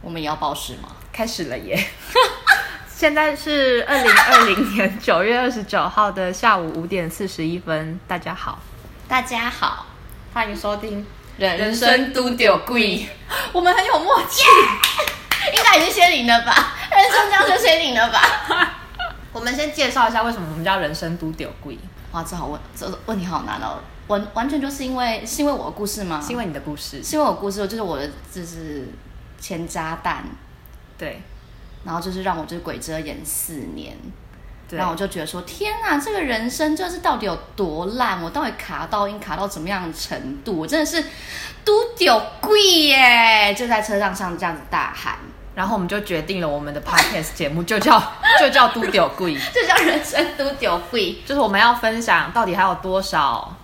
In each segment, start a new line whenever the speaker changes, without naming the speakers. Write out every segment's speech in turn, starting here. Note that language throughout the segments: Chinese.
我们也要报时吗？
开始了 耶！现在是二零二零年九月二十九号的下午五点四十一分。大家好，
大家好，
欢迎收听。
人
人
生
生
都丢贵，
我们很有默契。
应该已经先领了吧？ 人生这样就先领了吧？
我们先介绍一下为什么我们叫人生都丢贵，
哇，这好问，这问题好难哦。完完全就是因为是因为我的故事吗？
是因为你的故事。
是因为我的故事，就是我的就是前渣蛋，
对，
然后就是让我就是鬼遮眼四年，
对
然后我就觉得说天啊，这个人生就是到底有多烂？我到底卡到音卡到怎么样的程度？我真的是都丢贵耶！就在车上上这样子大喊，
然后我们就决定了我们的 podcast 节目就叫 就叫都丢贵，
这叫人生都丢贵。
就是我们要分享到底还有多少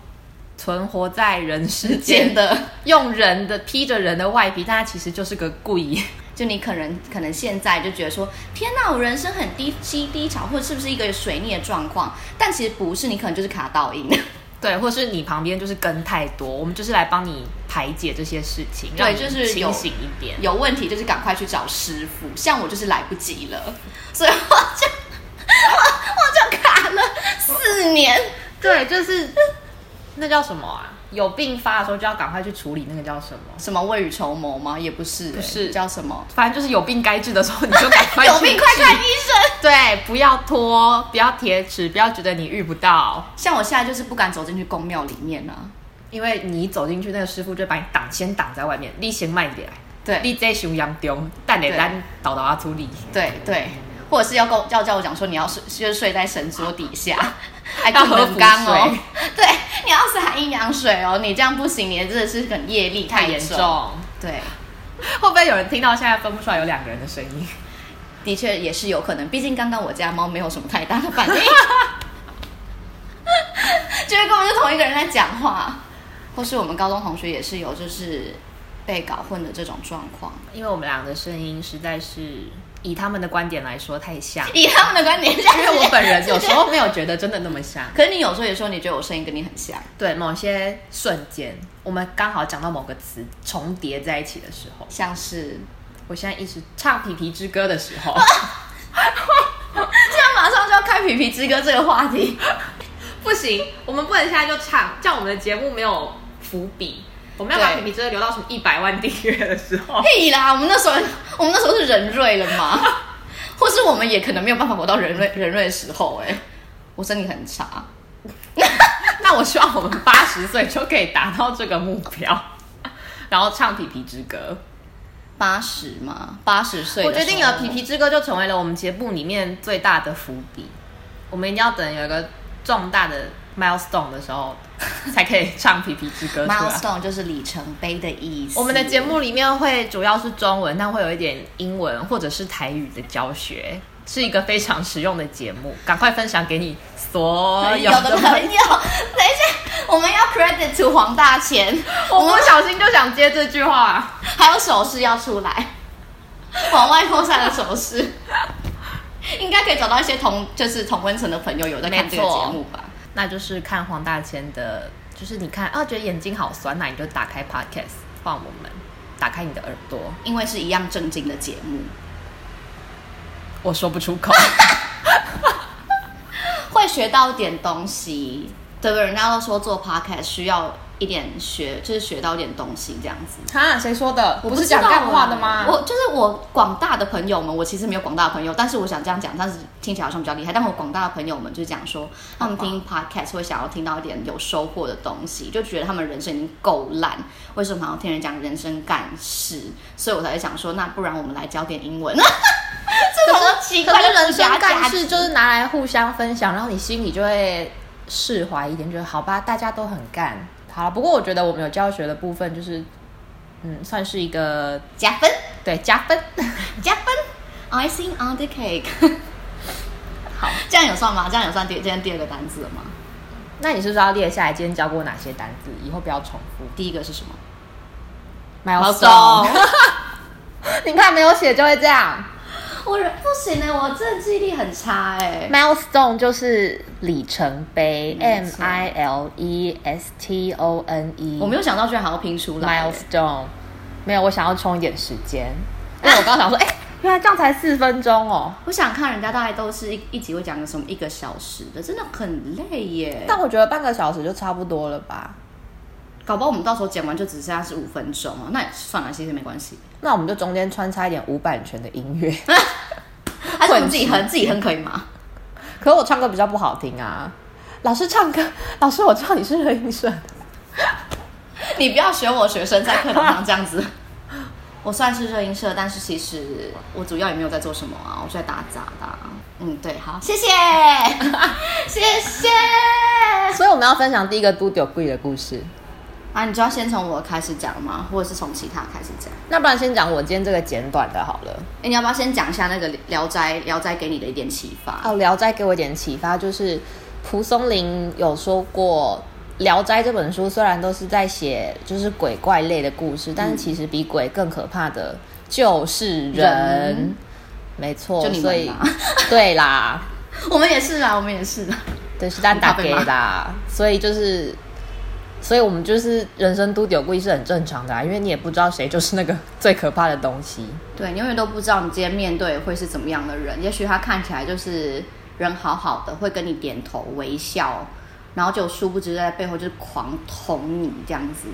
存活在人世
间
间的，
的，
用人的披着人的外皮，但它其实就是个贵。
就你可能可能现在就觉得说，天哪，我人生很低低低潮，或者是不是一个水逆的状况？但其实不是，你可能就是卡倒音。
对，或是你旁边就是跟太多，我们就是来帮你排解这些事情，
对
让你
就是有
清醒一点。
有问题就是赶快去找师傅，像我就是来不及了，所以我就我我就卡了四年。
对，就是那叫什么啊？有病发的时候就要赶快去处理，那个叫什么？
什么未雨绸缪吗？也不是、
不是
欸叫什么？
反正就是有病该治的时候，你就赶 快
有病快看医
去治
生！
对，不要拖，不要铁齿，不要觉得你遇不到，
像我现在就是不敢走进去宫庙里面啊。
因为你一走进去，那个师傅就把你挡，先挡在外面，你先慢一点来，
对
你这熊羊中，但得
对
咱倒倒啊处理。
对对，或者是要跟我要叫我讲说你要睡，就是睡在神桌底下， 还
要喝
很刚哦
符。
对，你要是含阴阳水哦，你这样不行，你真的是很业力
太
太
严
重。
重，
对，
会不会有人听到现在分不出来有两个人的声音？
的确也是有可能，毕竟刚刚我家猫没有什么太大的反应， 就是根本就同一个人在讲话，或是我们高中同学也是有就是被搞混的这种状况。
因为我们俩的声音实在是以他们的观点来说太像，
以他们的观点下，
因为我本人有 时候没有觉得真的那么像。
可是你有时候也说你觉得我声音跟你很像，
对，某些瞬间，我们刚好讲到某个词重叠在一起的时候，
像是
我现在一直唱《皮皮之歌》的时候，
现在马上就要开《皮皮之歌》这个话题，
不行，我们不能现在就唱，这样我们的节目没有伏笔。我们要把《
对
皮皮之歌》留到什么一百万订阅的时候，
屁啦！我们那时候我们那时候是人瑞了 嘛，或是我们也可能没有办法活到人瑞人瑞的时候哎、我身体很差。
那我希望我们八十岁就可以达到这个目标， 然后唱《皮皮之歌》。
八十吗？八十岁的
我
时候，
决定了，《皮皮之歌》就成为了我们节目里面最大的伏笔。我们一定要等有一个重大的 milestone 的时候，才可以唱《皮皮之歌》出来。
milestone 就是里程碑的意思。
我们的节目里面会主要是中文，但会有一点英文或者是台语的教学，是一个非常实用的节目。赶快分享给你所有
有的朋友，哎
的。
等一下，我们要 credit to 黄大千，
我
我们
不小心就想接这句话，
还有手势要出来，往外扩散的手 势，应该可以找到一些同就是同温层的朋友有在看这个
没错
节目吧？
那就是看黄大千的，就是你看啊，觉得眼睛好酸，那你就打开 podcast 放我们，打开你的耳朵。
因为是一样正经的节目，
我说不出口。
会学到一点东西，对不对？人家都说做 podcast 需要一点学，就是学到一点东西这样子。
哈，谁说的？
我
不是
知道啊
讲干话的吗？
我就是我广大的朋友们，我其实没有广大的朋友，但是我想这样讲，但是听起来好像比较厉害。但我广大的朋友们就是讲说，他们听 podcast 会想要听到一点有收获的东西，就觉得他们人生已经够烂，为什么还要听人讲人生干事？所以我才会想说，那不然我们来教点英文， 这种奇怪
可
的
是人生
夹
干
夹
事
子
就是拿来互相分享，然后你心里就会释怀一点，觉得好吧，大家都很干。好了，不过我觉得我们有教学的部分，就是嗯，算是一个
加分
对加分。
加分，icing on the cake。
好，
这样有算吗？这样有算第今天第二个单字了吗？
那你是不是要列下来今天教过哪些单字，以后不要重复？
第一个是什么？
你看没有写就会这样。
我人不行呢、欸我真的记忆力很差哎、
milestone 就是里程碑
没
，M
错
I L E S T O N E。
我没有想到居然还要拼出来、欸
milestone，没有，我想要充一点时间。因为我刚刚想说，哎、原来这样才四分钟哦。
我想看人家大概都是一一集会讲个什么一个小时的，真的很累耶。
但我觉得半个小时就差不多了吧。
搞不好我们到时候剪完就只剩下是五分钟哦，那也算了，其实没关系。
那我们就中间穿插一点无版权的音乐，
还是我们自己哼，自己哼可以吗？
可是我唱歌比较不好听啊。老师唱歌，老师我知道你是何音顺，
你不要学我学生在课堂上这样子。 我算是热音社，但是其实我主要也没有在做什么啊，我就在打杂的啊、嗯，对，好，谢谢， 谢谢。
所以我们要分享第一个都丢贵的故事。
啊，你就要先从我开始讲吗？或者是从其他开始讲？
那不然先讲我今天这个简短的好了。
哎、你要不要先讲一下那个《聊斋》？《聊斋》给你的一点启发？
哦，《聊斋》给我一点启发，就是蒲松龄有说过，《聊斋》这本书虽然都是在写就是鬼怪类的故事，
嗯
但是其实比鬼更可怕的就是人。
人
没错，
就你
所
们
以
啦
对啦，
我们也是啦，我们也是啦。
对是蛋
你怕
打
被
给
骂
啦，所以就是。所以我们就是人生都丢故是很正常的、啊，因为你也不知道谁就是那个 最可怕的东西。
对，你永远都不知道你今天面对会是怎么样的人。也许他看起来就是人好好的，会跟你点头微笑，然后就殊不知在背后就是狂捅你这样子，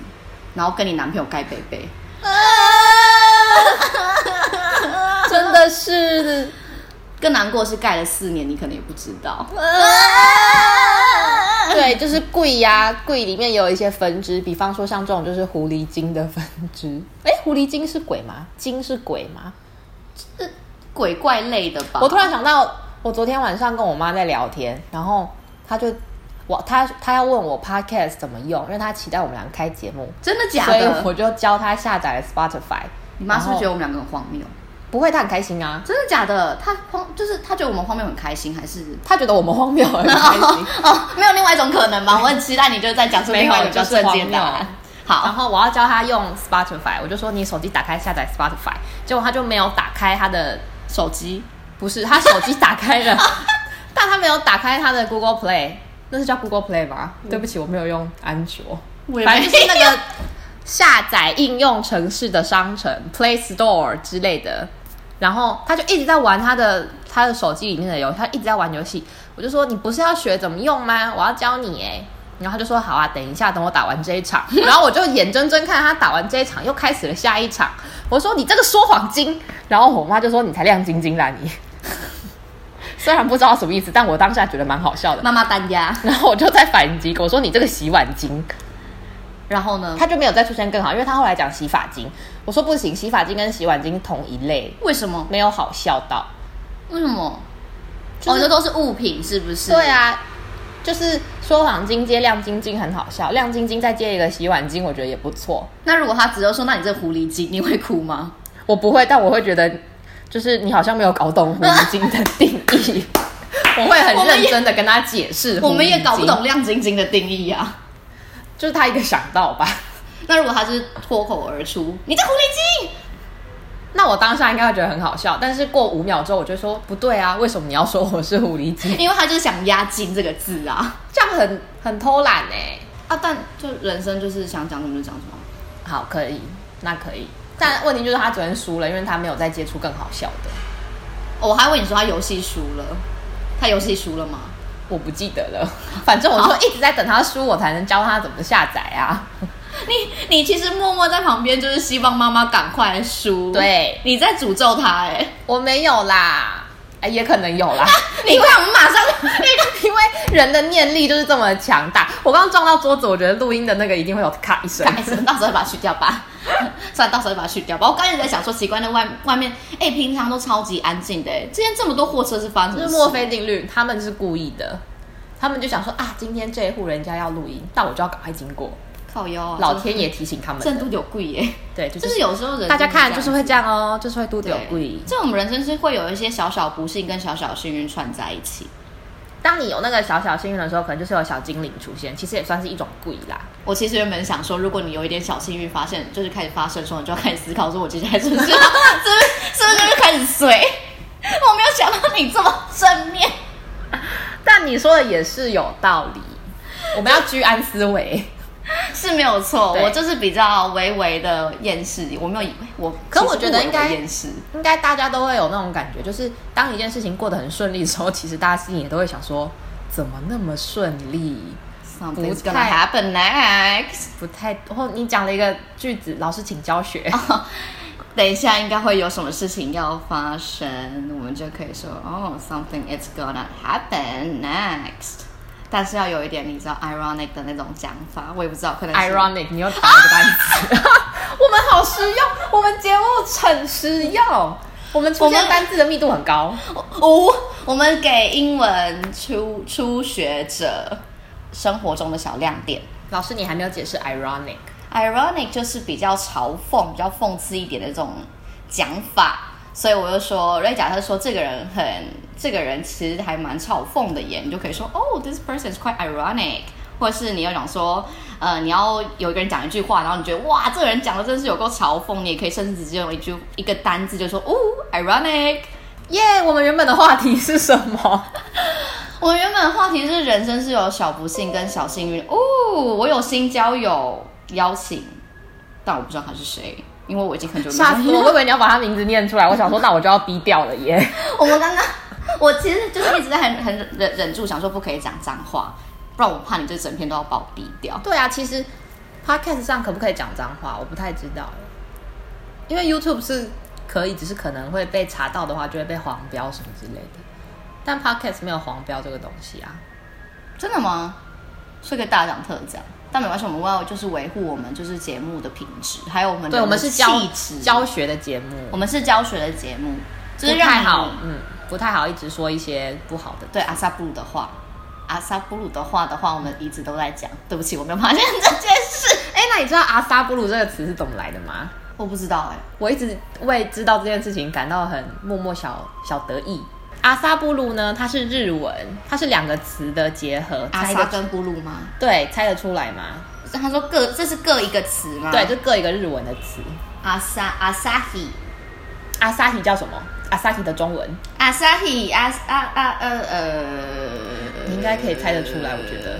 然后跟你男朋友盖被被。
真的是，
更难过是盖了四年，你可能也不知道。啊
对，就是贵呀、贵里面也有一些分支，比方说像这种就是狐狸精的分支。哎，狐狸精是鬼吗？精是鬼吗？
鬼怪类的吧？
我突然想到，我昨天晚上跟我妈在聊天，然后她就我她她要问我 podcast 怎么用，因为她期待我们俩开节目，
真的假
所以
的？
我就教她下载了 Spotify。
你妈是不是觉得我
然后
们两个很荒谬？
不会？她很开心啊，
真的假的？她荒就是她觉得我们荒谬很开心，还是？
她觉得我们荒谬， 很开心。
哦，没有另外一种可能吧？我很期待你就再讲出另外一个比较正经的答
没有就是荒
案
谬。然
好，
后我要教他用 Spotify，我就说你手机打开下载 Spotify，结果他就没有打开他的，
手机
不是他手机打开了，但他没有打开他的 Google Play，那是叫 Google Play 吧？对不起，我没有用安卓，
我也
反正就是那
没有
个下载应用城市的商城 Play Store 之类的。然后他就一直在玩他的他的手机里面的游戏，他一直在玩游戏。我就说你不是要学怎么用吗？我要教你哎、然后他就说好啊，等一下，等我打完这一场。然后我就眼睁睁看他打完这一场，又开始了下一场。我说你这个说谎精。然后我妈就说你才亮晶晶啦你。 虽然不知道什么意思，但我当下觉得蛮好笑的。
妈妈单压，
然后我就在反击，我说你这个洗碗精。
然后呢？
他就没有再出现更好，因为他后来讲洗发精，我说不行，洗发精跟洗碗精同一类，
为什么？
没有好笑到。
为什么？
就是
哦，这都是物品是不是？
对，啊，就是说谎精接亮晶晶很好笑，亮晶晶再接一个洗碗精，我觉得也不错。
那如果他只有说，那你这狐狸精，你会哭吗？
我不会，但我会觉得，就是你好像没有搞懂狐狸精的定义， 我会很认真的跟他解释。
我们也搞不懂，亮晶晶的定义啊。
就是他一个想到吧。
那如果他是脱口而出，你这狐狸精，
那我当下应该会觉得很好笑，但是过五秒之后，我就说不对啊，为什么你要说我是狐狸精？
因为他就是想压“金”这个字啊
这样很很偷懒哎、
啊！但就人生就是想讲什么就讲什么。
好，可以，那可以。但问题就是他昨天输了，因为他没有再接触更好笑的，
哦我还问你说他游戏输了，他游戏输了 吗？
我不记得了。反正我就一直在等他输，我才能教他怎么下载啊。
你你其实默默在旁边，就是希望妈妈赶快输。
对，
你在诅咒他哎、
我没有啦，哎，也可能有啦，
你看我们马上
因为因为人的念力就是这么强大。我刚刚撞到桌子，我觉得录音的那个一定会有咔一声。
改成到时候再把它去掉 吧。算了，到时候再把它去掉吧。我刚才在想说，奇怪，那外外面，哎、平常都超级安静的、哎，之前这么多货车是发生什
就
么
是
事？
墨菲定律，他们是故意的，他们就想说啊，今天这一户人家要录音，但我就要赶快经过。
靠腰、啊，
老天爷提醒他们
这
的，
度有贵耶、
对，就
就是是有时候人
大家看
这
就
样
是会这样哦，就是会嘟丢
对
故意。
在我们人生是会有一些小小不幸跟小小幸运串在一起。
当你有那个小小幸运的时候，可能就是有小精灵出现，其实也算是一种贵啦。
我其实原本想说，如果你有一点小幸运发现，就是开始发生的时候，你就要开始思考，说我接下来是 不是是不是是不是就是开始随？我没有想到你这么正面。
但你说的也是有道理，我们要居安思危。
是没有错，
对
我就是比较微微的厌世，我没有以我，
可
其实
我觉
不
得
微
应该
微厌世，
应该大家都会有那种感觉，就是当一件事情过得很顺利的时候，其实大家心里也都会想说，怎么那么顺利？
Something's
不
gonna
太
happen next。
不太……哦，你讲了一个句子，老师请教 学。
等一下应该会有什么事情要发生，我们就可以说哦、s o m e t h i n g is gonna happen next。但是要有一点你知道 ironic 的那种讲法，我也不知道，可能是
ironic，你又打了个单词。 我们好实用，我们节目很实用，我们出
我
现
们
单字的密度很高。
哦，我们给英文初初学者生活中的小亮点。
老师，你还没有解释 ironic。
ironic 就是比较嘲讽、比较讽刺一点的这种讲法，所以我就说，瑞假设说这个人很，这个人其实还蛮嘲讽的耶，你就可以说，哦、t h i s person is quite ironic，或者是你要讲说，呃，你要有一个人讲一句话，然后你觉得哇，这个人讲的真是有够嘲讽，你也可以甚至直接用一句一个单字就说，哦，ironic。
耶、我们原本的话题是什么？
我原本的话题是人生是有小不幸跟小幸运哦，我有新交友邀请，但我不知道他是谁，因为我已经很久没
吓死我！我以为你要把他名字念出来，我想说那我就要逼掉了耶。
我们刚刚，我其实就是一直在很很忍忍住，想说不可以讲脏话，不然我怕你这整篇都要把我逼掉。
对啊，其实 podcast 上可不可以讲脏话，我不太知道，因为 YouTube 是可以，只是可能会被查到的话就会被黄标什么之类的，但 podcast 没有黄标这个东西啊。
真的吗？是个大讲特讲，但没关系，我们为了就是维护我们就是节目的品质，还有我们的
对，我们是教
气质，
教学的节目，
我们是教学的节目，就是
不
让
太
你
好，嗯，不太好，一直说一些不好的。
对阿萨布鲁的话，阿萨布鲁的话的话，我们一直都在讲。对不起，我没有发现这件事，
哎，那你知道阿萨布鲁这个词是怎么来的吗？
我不知道哎、
我一直为知道这件事情感到很默默小小得意。阿萨布鲁呢，它是日文，它是两个词的结合，
阿
猜
萨
得
跟布鲁吗？
对，猜得出来吗？
他说各这是各一个词吗？
对，就各一个日文的词。
阿萨阿萨希
阿萨提叫什么？阿萨提的中文，
阿萨希阿阿阿呃呃，
你应该可以猜得出来，我觉得。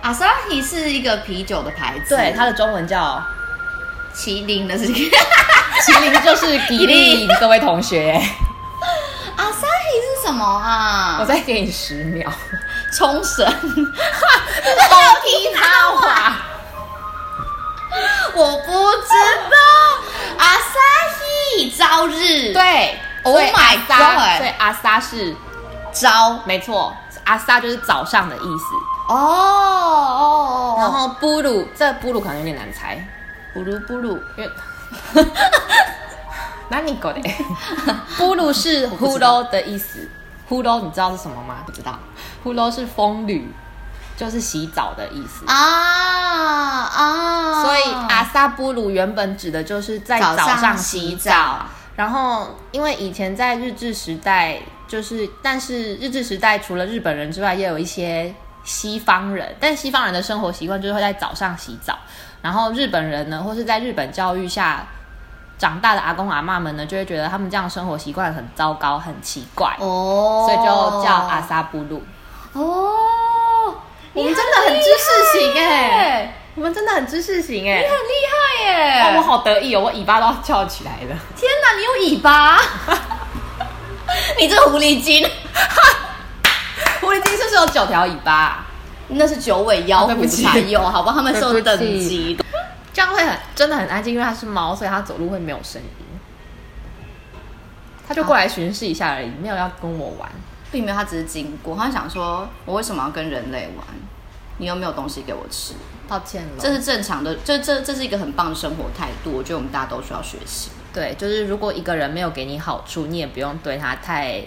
阿萨希是一个啤酒的牌子，
对，它的中文叫
麒麟的是
麒麟，就是吉利，
啊
各位同学。
阿萨希是什么
我
啊？
再给你十秒。
冲绳，
我听他话。
我不知道，阿萨希朝日，
对
Oh my god
对，阿萨是
朝
没错，阿萨就是早上的意思。
哦哦哦，
然后布鲁，这布鲁可能有点难猜，
布鲁布鲁
因为。那你狗的？布鲁是呼噜的意思，呼噜你知道是什么吗？不知道，呼噜是风吕，就是洗澡的意思。
啊啊，
所以阿萨布鲁原本指的就是在
早
早上
上
洗
洗
澡
澡。
然后，因为以前在日治时代，就是但是日治时代除了日本人之外，也有一些西方人，但西方人的生活习惯就是会在早上洗澡。然后日本人呢，或是在日本教育下长大的阿公阿嬷们呢，就会觉得他们这样的生活习惯很糟糕、很奇怪，
哦，
所以就叫阿萨布 鲁。
哦，
我
你
们真的很知识型哎、
耶
我们真的很知识型哎、
很厉害
哦，
耶！
我好得意哦，我尾巴都要翘起来了。
天哪，你有尾巴， 你这狐狸精，
狐狸精是不是有九条尾巴啊、
那是九尾妖
对不
狐
起
才有，好吧？他们是有
对不
等
起
级的。
这样会很真的很安静，因为它是猫，所以它走路会没有声音。它就过来巡视一下而已，没有要跟我玩。
并没有，他只是经过，他想说，我为什么要跟人类玩？你又没有东西给我吃，
抱歉了，
这是正常的，这这这是一个很棒的生活态度，我觉得我们大家都需要学习。
对，就是如果一个人没有给你好处，你也不用对他太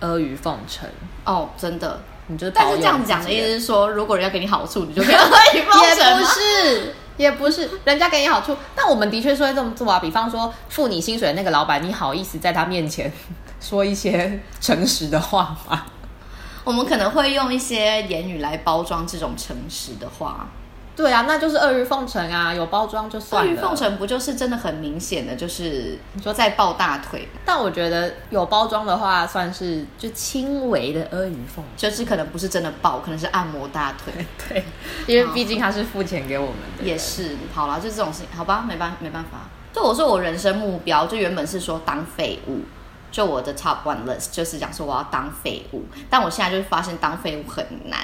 阿谀奉承，
哦，真的。
你就是
但
保
是
有
这样讲
自
的
己
意
的
思是说，如果人家给你好处，你就可以可以奉承
也不
吗？
是，也不是，人家给你好处，但我们的确是会这么做啊。比方说，付你薪水的那个老板，你好意思在他面前 说一些诚实的话吗？
我们可能会用一些言语来包装这种诚实的话，
对啊，那就是鳄鱼奉承啊，有包装就
鳄
算
鱼
了。
奉承不就是真的很明显的，就是你说在抱大腿，
但我觉得有包装的话，算是就轻微的阿谀奉
就是可能不是真的抱，可能是按摩大腿，
承，对， 因为毕竟他是付钱给我们的，
也是好啦，就这种事情，好吧，没办没办法。就我说我人生目标，就原本是说当废物，就我的 top one list 就是讲说我要当废物，但我现在就是发现当废物很难，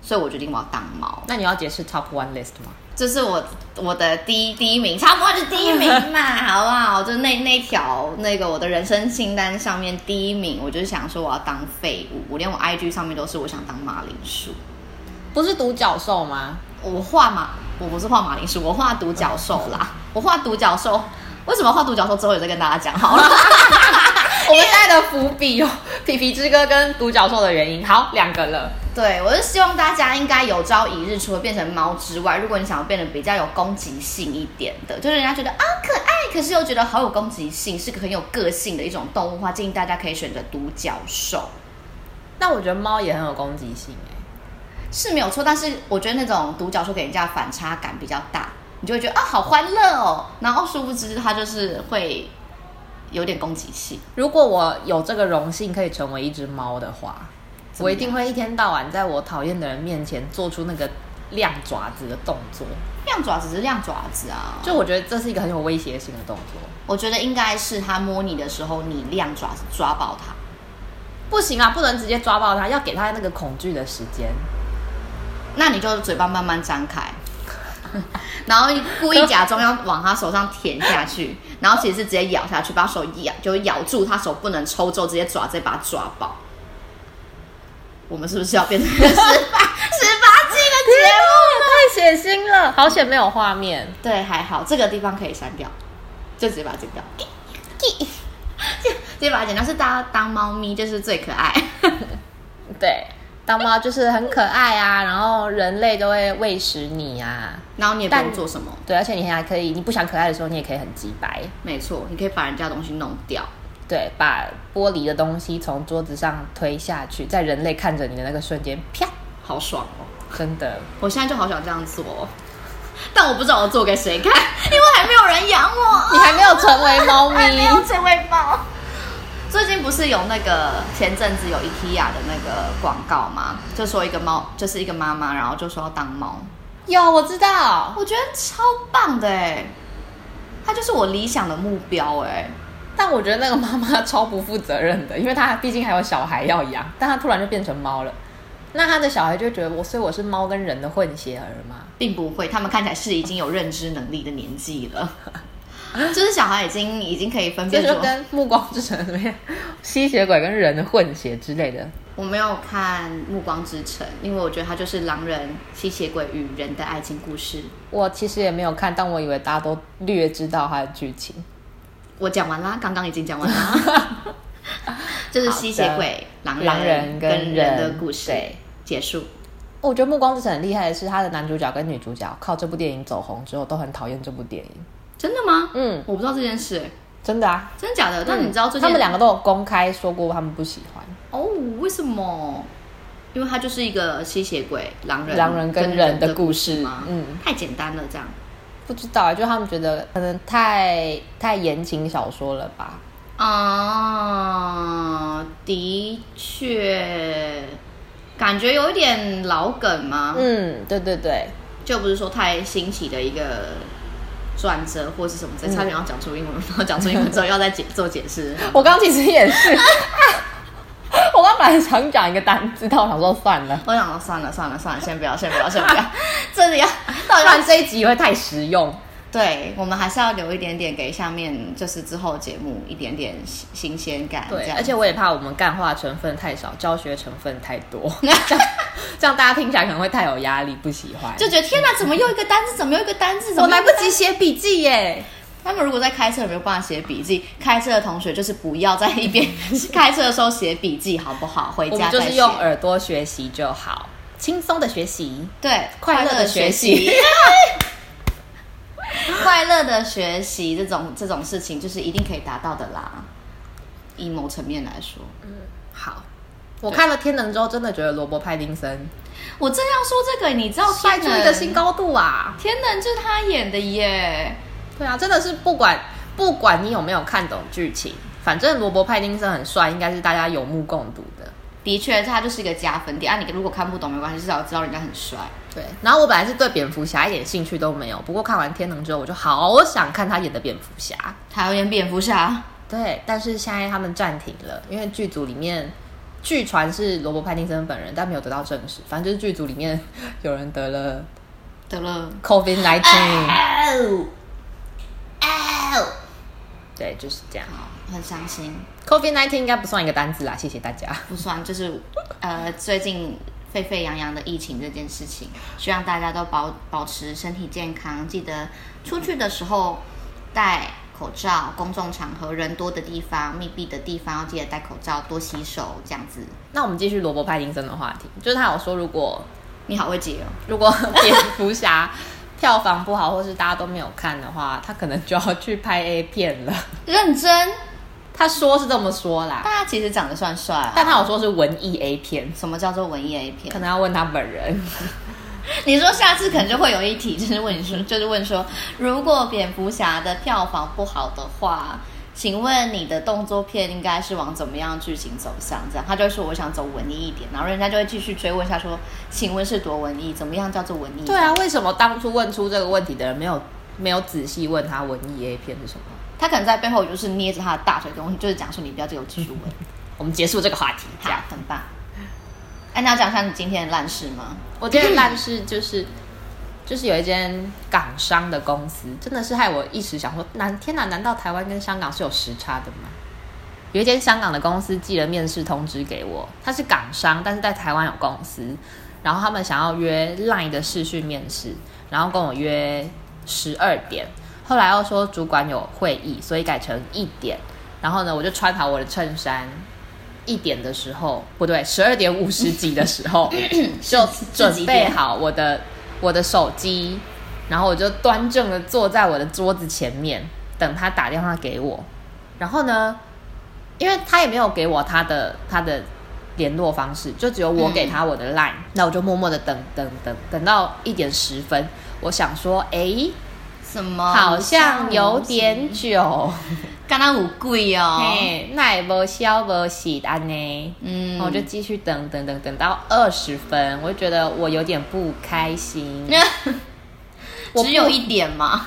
所以我决定我要当猫。
那你要解释 top one list 吗？
这是我我的第一第一名，差不多就是第一名嘛，好不好？就那那条那个我的人生清单上面第一名，我就是想说我要当废物，我连我 IG 上面都是我想当马铃薯。
不是独角兽吗？
我画马，我不是画马铃薯，我画独角兽啦。我画独角兽，为什么画独角兽之后有再跟大家讲好了？
我们现在的伏笔有 皮皮之歌跟独角兽的原因，好，两个了。
对，我是希望大家应该有朝一日，除了变成猫之外，如果你想要变得比较有攻击性一点的，就是人家觉得啊可爱，可是又觉得好有攻击性，是个很有个性的一种动物的话，建议大家可以选择独角兽
但我觉得猫也很有攻击性哎、
是没有错，但是我觉得那种独角兽给人家的反差感比较大，你就会觉得啊好欢乐哦，然后殊不知它就是会有点攻击性。
如果我有这个荣幸可以成为一只猫的话，
怎么
我
样
一定会一天到晚在我讨厌的人面前做出那个亮爪子的动作。
亮爪子是亮爪子啊，
就我觉得这是一个很有威胁性的动作。
我觉得应该是它摸你的时候，你亮爪子抓爆它。
不行啊，不能直接抓爆它，要给它那个恐惧的时间。
那你就嘴巴慢慢张开， 然后故意假装要往他手上舔下去，然后其实是直接咬下去，把手咬就咬住，他手不能抽走，直接爪直接把它抓爆。我们是不是要变成十八十八禁的节目？
太血腥了，好险没有画面。
对，还好这个地方可以删掉，就直接把它剪掉，就直接把它剪掉。是大家当猫咪就是最可爱。
对，当猫就是很可爱 啊，然后人类都会喂食你啊。
然后你也不用
但
做什么，
对，而且你还可以，你不想可爱的时候，你也可以很直白。
没错，你可以把人家的东西弄掉。
对，把玻璃的东西从桌子上推下去，在人类看着你的那个瞬间，啪，
好爽哦！
真的，
我现在就好想这样做 哦，但我不知道我做给谁看， 因为还没有人养我，
你还没有成为猫
还没有
咪，
成为猫。最近不是有那个前阵子有 IKEA 的那个广告吗？就说一个猫，就是一个妈妈，然后就说要当猫，
有我知道，
我觉得超棒的哎，它就是我理想的目标哎。
但我觉得那个妈妈超不负责任的，因为她毕竟还有小孩要养，但她突然就变成猫了，那她的小孩就觉得我，所以我是猫跟人的混血儿嘛，
并不会，他们看起来是已经有认知能力的年纪 了，就是小孩已经已经可以分
这
辨
就
出
跟《暮光之城》里面吸血鬼跟人的混血之类的，
我没有看《暮光之城》，因为我觉得它就是狼人、吸血鬼与人的爱情故事。
我其实也没有看，但我以为大家都略知道它的剧情。
我讲完啦，刚刚已经讲完啦， 就是吸血鬼、狼人、
狼人跟
人
人
的故事
对
结束。
哦我觉得《暮光之城》很厉害的是，他的男主角跟女主角靠这部电影走红之后，都很讨厌这部电影。
真的吗？
嗯，
我不知道这件事、
真的啊。
真假的？但你知道最近
他们两个都有公开说过他们不喜欢
哦？为什么？因为它就是一个吸血鬼、狼人、
狼人跟人的故事
吗？
嗯，
太简单了，这样。
不知道啊，就他们觉得可能太太言情小说了吧。
啊，的确，感觉有一点老梗嘛，
嗯，对对对，
就不是说太新奇的一个转折或是什么之类，差点要讲出英文，然 后讲出英文之后要再解做解 释。
我刚刚其实也是， 我刚本来想讲一个单字，但我想说算了，
我想说算了算了算了，先不要先不要先不要，这里要啊到
不
底要
然这一集会太实用。
对我们还是要留一点点给下面就是之后节目一点点新新鲜感，这
对，
样
而且我也怕我们干话成分太少，教学成分太多， 这样这样大家听起来可能会太有压力，不喜欢。
就觉得天哪，怎么又一个单字，怎么又一个单字，怎
我
么又
来
一
不
个单字
及写笔记耶。
他们如果在开车有没有办法写笔记，开车的同学就是不要在一 边开车的时候写笔记，好不好？回
我
家
们就
再
是
写。
用耳朵学习就好，轻松的学习，
对
快乐的学习，
快乐的学习这种这种事情就是一定可以达到的啦。以某层面来说，
好，我看了《天能》之后，真的觉得罗伯·派丁森
我正要说这个，你知道
帅
天
出
能
一个新高度啊！
天能就是他演的耶，
对啊，真的是不管不管你有没有看懂剧情，反正罗伯·派丁森很帅，应该是大家有目共睹的。
的确他就是一个加分点啊。你如果看不懂没关系，至少知道人家很帅。
对，然后我本来是对蝙蝠侠一点兴趣都没有，不过看完《天能》之后，我就好想看他演的蝙蝠侠。
还有演蝙蝠侠，
对，但是现在他们暂停了，因为剧组里面据传是罗伯·派丁森本人，但没有得到证实。反正就是剧组里面有人得了
得了。
COVID 19，
哦哦，
对，就是这样。
好，哦很伤心，
COVID 19应该不算一个单字啦，谢谢大家。
不算就是呃最近沸沸扬扬的疫情这件事情，希望大家都保保持身体健康，记得出去的时候戴口罩，公众场合人多的地方、密闭的地方要记得戴口罩，多洗手，这样子。
那我们继续罗伯·派丁森的话题，就是他有说，如果
你好会解哦。
如果蝙蝠侠票房不好，或是大家都没有看的话，他可能就要去拍 A 片了。
认真，
他说是这么说啦，
大家其实长得算帅、啊。
但他有说是文艺 A 片，
什么叫做文艺 A 片
可？能要问他本人。
你说下次可能就会有一题，就是问你说，就是问说，如果蝙蝠侠的票房不好的话，请问你的动作片应该是往怎么样剧情走向？这样他就会说我想走文艺一点，然后人家就会继续追问下说，请问是多文艺？怎么样叫做文艺？
对，啊，为什么当初问出这个问题的人没有没有仔细问他文艺 A 片是什么？
他可能在背后就是捏着他的大腿跟我就是讲说你不要这个继续问，
我们结束这个话题。这样
好，，很棒。哎、你要讲一下你今天的烂事吗？
我今天烂事就是就是有一间港商的公司，真的是害我一时想说，难天哪，难道台湾跟香港是有时差的吗？有一间香港的公司寄了面试通知给我，他是港商，但是在台湾有公司，然后他们想要约 LINE 的视讯面试，然后跟我约十二点，后来又说主管有会议，所以改成一点，然后呢，我就穿好我的衬衫。一点的时候，不对，十二点五十几的时候，就准备好我的我的手机，然后我就端正的坐在我的桌子前面，等他打电话给我。然后呢，因为他也没有给我他的他的联络方式，就只有我给他我的 line，、那我就默默的等等等等到一点十分，我想说，诶，
什么？
好像有点久，
刚刚有贵哦。
嘿，那也无消无息安呢。
嗯
然后我就继续等等等等到二十分，我就觉得我有点不开心。我不
只有一点嘛。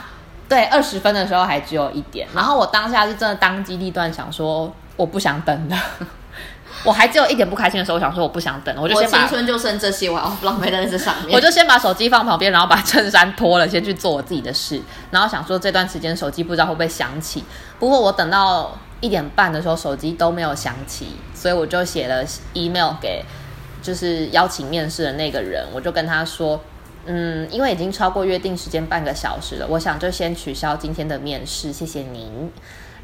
对，二十分的时候还只有一点，然后我当下是真的当机立断，想说我不想等 了。我还只有一点不开心的时候，我想说我不想等了，我
我
就先
青
把
春就剩这些，我要浪费在这上面。
我就先把手机放旁边，然后把衬衫脱了，先去做我自己的事。然后想说这段时间手机不知道会不会响起，不过我等到一点半的时候手机都没有响起，所以我就写了 email 给就是邀请面试的那个人，我就跟他说。嗯，因为已经超过约定时间半个小时了，我想就先取消今天的面试，谢谢您。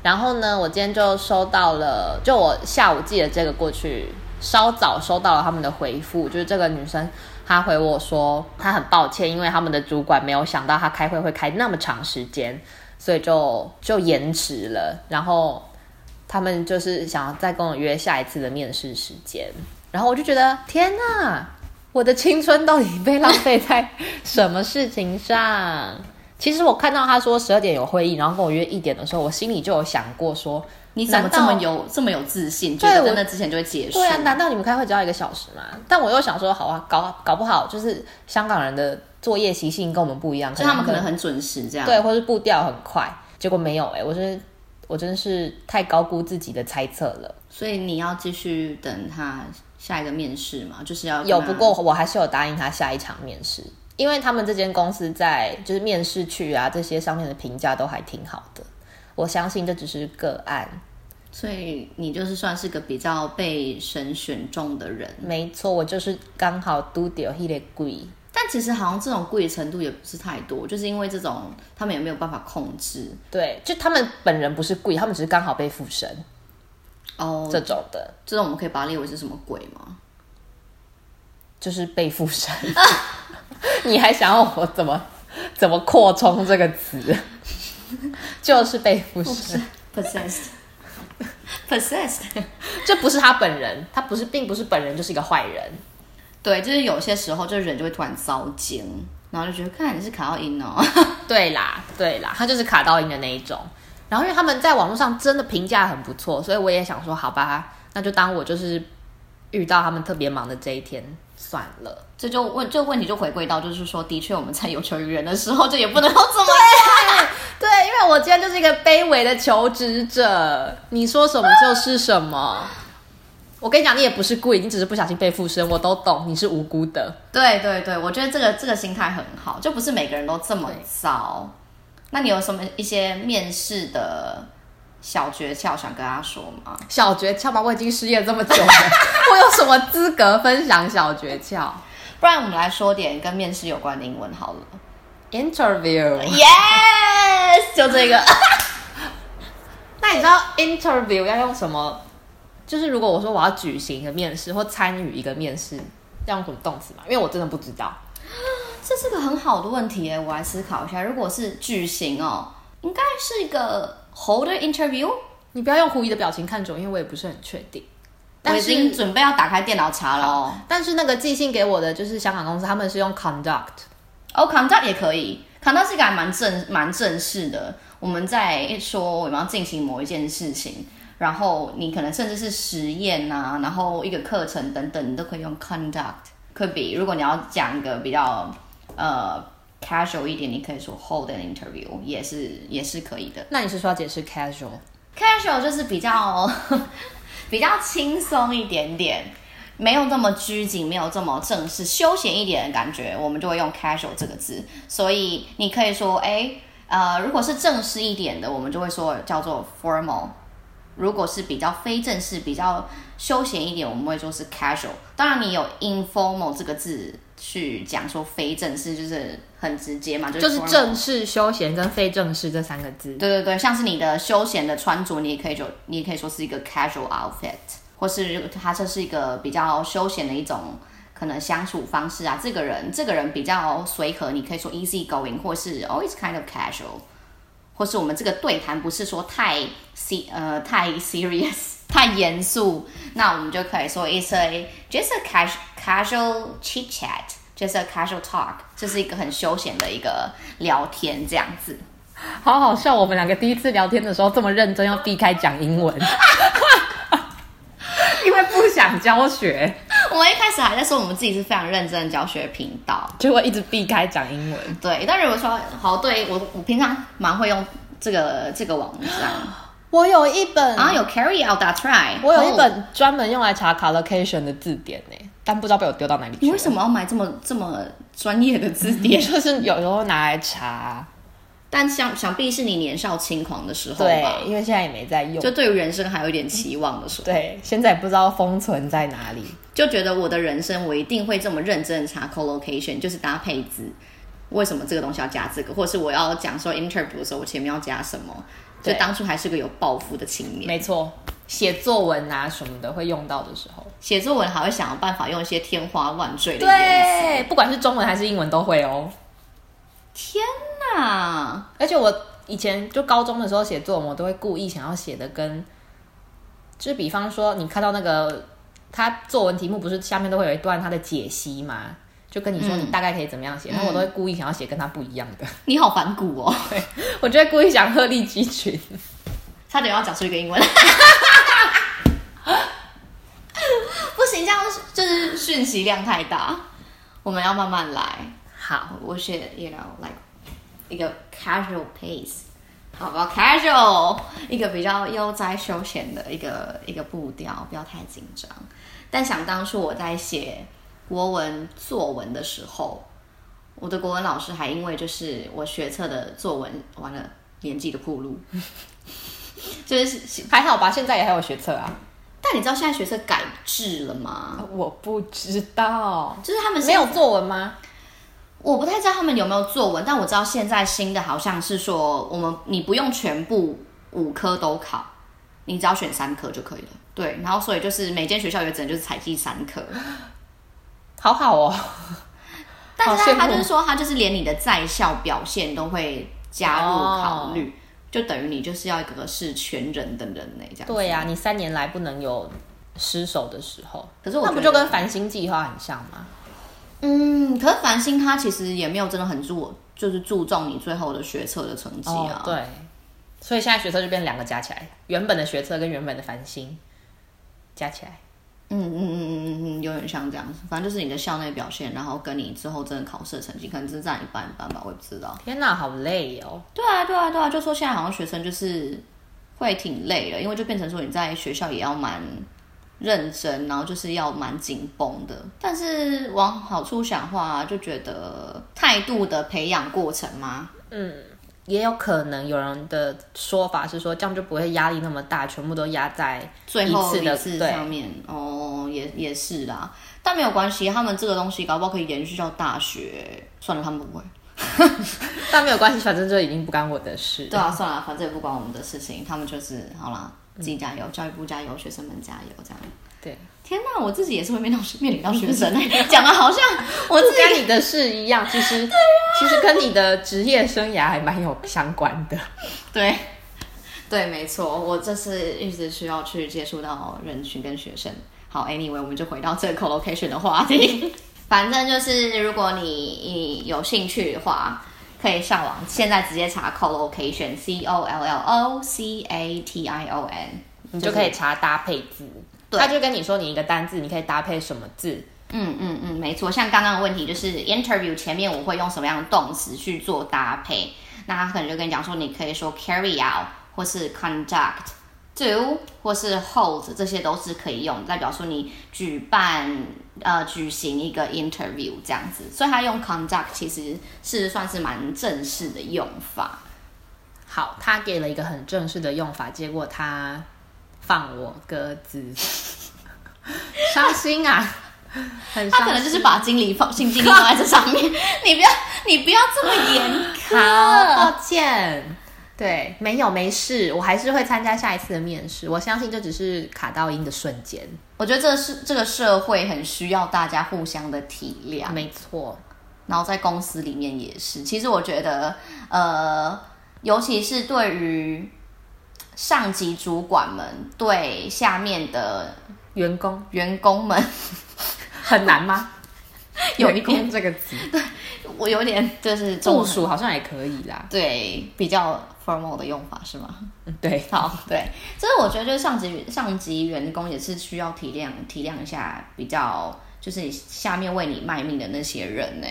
然后呢，我今天就收到了，就我下午寄了这个过去，稍早收到了他们的回复，就是这个女生她回我说，她很抱歉，因为他们的主管没有想到她开会会开那么长时间，所以就就延迟了。然后他们就是想要再跟我约下一次的面试时间，然后我就觉得天哪，我的青春到底被浪费在什么事情上？其实我看到他说十二点有会议，然后跟我约一点的时候，我心里就有想过说，
你怎么这么
难道
有这么有自信？觉
对
得在
我
那之前就会结束？
对啊，难道你们开会只要一个小时吗？但我又想说，好啊，搞搞不好就是香港人的作业习性跟我们不一样，
就他们可能很准时这样。
对，或是步调很快，结果没有哎、我真我真是太高估自己的猜测了。
所以你要继续等他下一个面试嘛，就是要跟
有，
他
不过我还是有答应他下一场面试，因为他们这间公司在就是面试去啊这些上面的评价都还挺好的，我相信这只是个案，
所以你就是算是个比较被神选中的人。
没错，我就是刚好拄到迄个鬼。
但其实好像这种贵程度也不是太多，就是因为这种他们也没有办法控制
对，就他们本人不是故意，他们只是刚好被附身
哦。
这种的，
这种我们可以把它列为是什么鬼吗？
就是被附身。 你还想要我怎么怎么扩充 这个词？就是被附身。
possessed， possessed。
这不是他本人，他不是，并不是本人就是一个坏人。
对，就是有些时候，就是人就会突然糟尖，然后就觉得，看你是卡到音哦。
对啦，对啦，他就是卡到音的那一种。然后因为他们在网络上真的评价很不错，所以我也想说，好吧，那就当我就是遇到他们特别忙的这一天算了。
这就问这个问题就回归到，就是说，的确我们在有求于人的时候，就也不能够这么
对，因为我今天就是一个卑微的求职者，你说什么就是什么。我跟你讲，你也不是故意，你只是不小心被附身，我都懂，你是无辜的。
对对对，我觉得这个这个心态很好，就不是每个人都这么糟。那你有什么一些面试的小诀窍想跟他说吗？
小诀窍吗？我已经失业这么久 了，我有什么资格分享小诀窍
不然我们来说点跟面试有关的英文好了。
？Interview。
Yes，就这个。
那你知道 interview 要用什么？就是如果我说我要举行一个面试或参与一个面试，要用什么动词吗？因为我真的不知道。
这是个很好的问题耶，我来思考一下。如果是举行哦，应该是一个 holder interview。
你不要用狐疑的表情看着我，因为我也不是很确定。
我
但
已经
是
准备要打开电脑查了哦。
但是那个寄信给我的就是香港公司，他们是用 conduct。
哦，conduct 也可以，conduct 是一个还蛮正蛮正式的。我们在说我们要进行某一件事情，然后你可能甚至是实验呐、然后一个课程等等，你都可以用 conduct。could be，如果你要讲一个比较呃 casual 一点，你可以说 hold an interview，也是也是可以的。
那你是说要解释 casual？
casual 就是比较 比较轻松一点点，没有那么拘谨，没有这么正式，休闲一点的感觉，我们就会用 casual 这个字。所以你可以说，哎、呃，如果是正式一点的，我们就会说叫做 formal。如果是比较非正式、比较休闲一点，我们会说是 casual。当然，你有 informal 这个字去讲说非正式，就是很直接嘛，
就是
formal
正式、休闲跟非正式这三个字。
对对对，像是你的休闲的穿着，你也可以就你也可以说是一个 casual outfit，或是它这是一个比较休闲的一种可能相处方式啊。这个人这个人比较随和，你可以说 easy going，或是 always kind of casual，或是我们这个对谈不是说太 se 呃太 serious 太严肃，那我们就可以说 it's a just a casual casual chit chat。just a casual talk，这是一个很休闲的一个聊天这样子。
好好笑，我们两个第一次聊天的时候这么认真，要避开讲英文， 因为不想教学。
我们一开始还在说我们自己是非常认真的教学频道，
就会一直避开讲英文。
对。但如果说好，对我我平常蛮会用这个这个网站，
我有一本，
然后有 carry out that's right，哦
嗯我有一
Cool。
本专门用来查 collocation 的字典呢、但不知道被我丢到哪里去
你
了。
为什么要买这么这么专业的字 典？
就是有时候拿来查，
但想想必是你年少轻狂的时候
对
吧，，
因为现在也没在用
就。对于人生还有一点期望的时候，
对，现在也不知道封存在哪里。
就觉得我的人生我一定会这么认真的查 collocation，就是搭配字，为什么这个东西要加这个，或是我要讲说 interview 的时候我前面要加什么，就
对
当初还是个有抱负的青年。
没错，写作文啊什么的会用到的时候，
写作文还会想办法用一些天花乱坠的言辞。
对，不管是中文还是英文都会哦。
天哪！
而且我以前就高中的时候写作文，我都会故意想要写的跟，就是比方说你看到那个他作文题目不是下面都会有一段他的解析嘛，就跟你
嗯
说你大概可以怎么样写，然后我都会故意想要写跟他不一样 的，
你好反骨哦，
我就会故意想鹤立鸡群。
差点要讲出一个英文。 不行，这样就是讯息量太大，我们要慢慢来。
好，
啊我写，you know like 一个 casual pace，好吧，casual 一个比较悠哉休闲的一个一个步调，不要太紧张。但想当初我在写国文作文的时候，我的国文老师还因为就是我学测的作文完了年纪的铺路，就是。
还好吧，现在也还有学测啊，
但你知道现在学测改制了吗？
我不知道，
就是他们现
没
在
有作文吗？
我不太知道他们有没有作文，但我知道现在新的好像是说，我们你不用全部五科都考，你只要选三科就可以了。对，然后所以就是每间学校也只能就是采集三科，
好好哦，
但是
好羡
他他
慕
就是说，他就是连你的在校表现都会加入考虑。就等于你就是要一个是全人的人呢、这样子
对呀、你三年来不能有失手的时候，
可是我
那不
觉
就
得
跟繁星计划很像吗？
嗯，可是繁星他其实也没有真的很注，就是注重你最后的学测的成绩啊。
哦对，所以现在学测就变两个加起来，原本的学测跟原本的繁星加起来。
嗯嗯嗯嗯嗯嗯，有点像这样子，反正就是你的校内表现，然后跟你之后真的考试的成绩，可能只是占一半一半吧，我也不知道。
天哪，好累哦！
对啊，对啊，对啊，就说现在好像学生就是会挺累的，因为就变成说你在学校也要蛮认真，然后就是要蛮紧绷的。但是往好处想的话，就觉得态度的培养过程嘛，
也有可能有人的说法是说，这样就不会压力那么大，全部都压在
最后
一次的
次
对
上面哦，也也是啦，但没有关系，他们这个东西搞不好可以延续到大学。算了，他们不会。
但没有关系，反正这已经不干我的事。
对啊，算了，反正也不关我们的事情，他们就是好啦，自己加油，教育部加油，学生们加油，这样。
对，
天哪，我自己也是会面到面临到学生欸，讲的好像我自
不
己
干你的事 一样，其实、
啊
其实跟你的职业生涯还蛮有相 关的。
对对，没错，我这次一直需要去接触到人群跟学生。好，anyway，我们就回到这个 collocation 的话题。反正就是，如果你你有兴趣的话，可以上网，现在直接查 collocation，c o l l o c a t i o n，
你就可以查搭配字，
对
他就跟你说你一个单字，你可以搭配什么字，
嗯嗯嗯，没错。像刚刚的问题就是 interview 前面我会用什么样的动词去做搭配，那他可能就跟你讲说，你可以说 carry out 或是 conduct。do 或是 hold 这些都是可以用，代表说你举办呃举行一个 interview 这样子，所以他用 conduct 其实是算是蛮正式的用法。
好，他给了一个很正式的用法，结果他放我鸽子，伤心 啊，很
他可
伤
能
心。
就是把精力放心精力放在这上面，你不要你不要这么严苛。
好，抱歉。对，没有没事，我还是会参加下一次的面试。我相信这只是卡到音的瞬间，
我觉得这是这个社会很需要大家互相的体谅，
没错。
然后在公司里面也是。其实我觉得，呃，尤其是对于上级主管们对下面的
员工
员工们，
很难吗？
有一
员工这个 词，
我有点就是
部
中
署好像也可以啦。
对比较 formal 的用法是吗？
嗯对，
好，对，所以我觉得就是上级上级员工也是需要体谅体谅一下，比较就是下面为你卖命的那些人呢、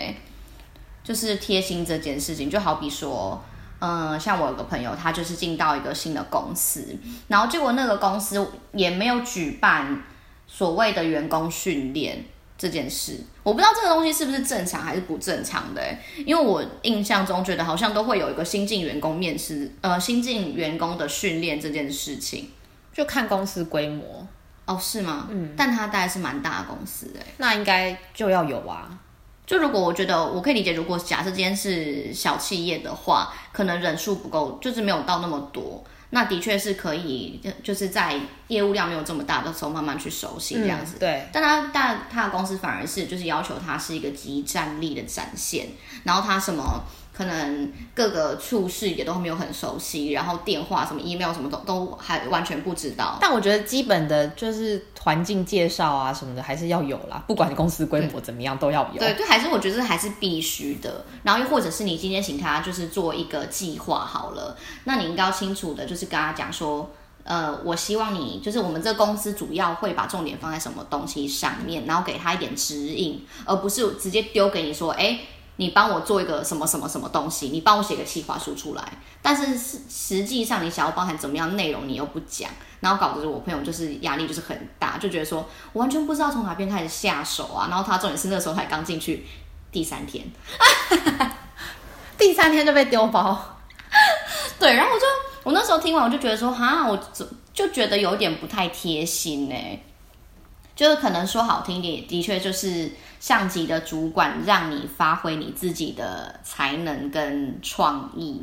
就是贴心这件事情，就好比说。嗯，像我有个朋友，他就是进到一个新的公司，然后结果那个公司也没有举办所谓的员工训练这件事，我不知道这个东西是不是正常还是不正常的、欸因为我印象中觉得好像都会有一个新进员工面试，呃，新进员工的训练这件事情。
就看公司规模，
哦，是吗？嗯，但他大概是蛮大的公司诶、
那应该就要有啊。
就如果我觉得我可以理解，如果假设今天是小企业的话，可能人数不够，就是没有到那么多。那的确是可以，就就是在业务量没有这么大的时候，慢慢去熟悉这样子。
嗯对，
但他但他的公司反而是就是要求他是一个集战力的展现，然后他什么可能各个处事也都没有很熟悉，然后电话什么 email 什么都都还完全不知道。
但我觉得基本的就是环境介绍啊什么的还是要有啦，不管公司规模怎么样都要有。
对，就还是我觉得这还是必须的。然后又或者是你今天请他就是做一个计划好了，那你应该要清楚的，就是跟他讲说，呃，我希望你就是我们这公司主要会把重点放在什么东西上面，然后给他一点指引，而不是直接丢给你说，哎。你帮我做一个什么什么什么东西，你帮我写个企划书出来，但是实实际上你想要包含怎么样内容，你又不讲，然后搞得我朋友就是压力就是很大，就觉得说我完全不知道从哪边开始下手啊。然后他重点是那时候才刚进去第三天，
第三天就被丢包，
对，然后我就我那时候听完我就觉得说哈，我怎就觉得有点不太贴心呢、就是可能说好听一点，也的确就是上级的主管让你发挥你自己的才能跟创意，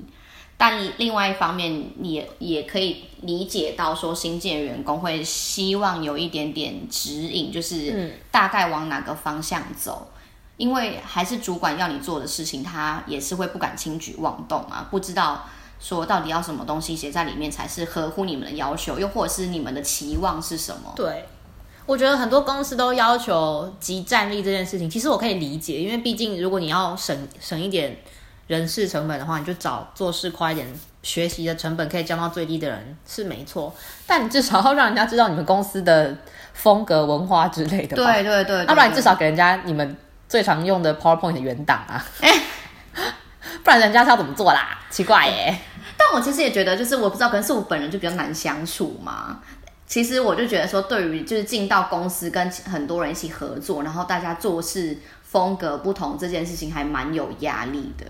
但另外一方面你也也可以理解到说新进员工会希望有一点点指引，就是大概往哪个方向走。因为还是主管要你做的事情，他也是会不敢轻举妄动啊，不知道说到底要什么东西写在里面才是合乎你们的要求，又或者是你们的期望是什么？
对，我觉得很多公司都要求集战力这件事情，其实我可以理解，因为毕竟如果你要省省一点人事成本的话，你就找做事快一点、学习的成本可以降到最低的人是没错，但你至少要让人家知道你们公司的风格、文化之类的吧，
对对对，
啊要不然你
对
至少给人家你们最常用的 PowerPoint 的原档啊， 不然人家是要怎么做啦？奇怪耶、
但我其实也觉得，就是我不知道，可能是我本人就比较难相处嘛。其实我就觉得说，对于就是进到公司跟很多人一起合作，然后大家做事风格不同这件事情，还蛮有压力的。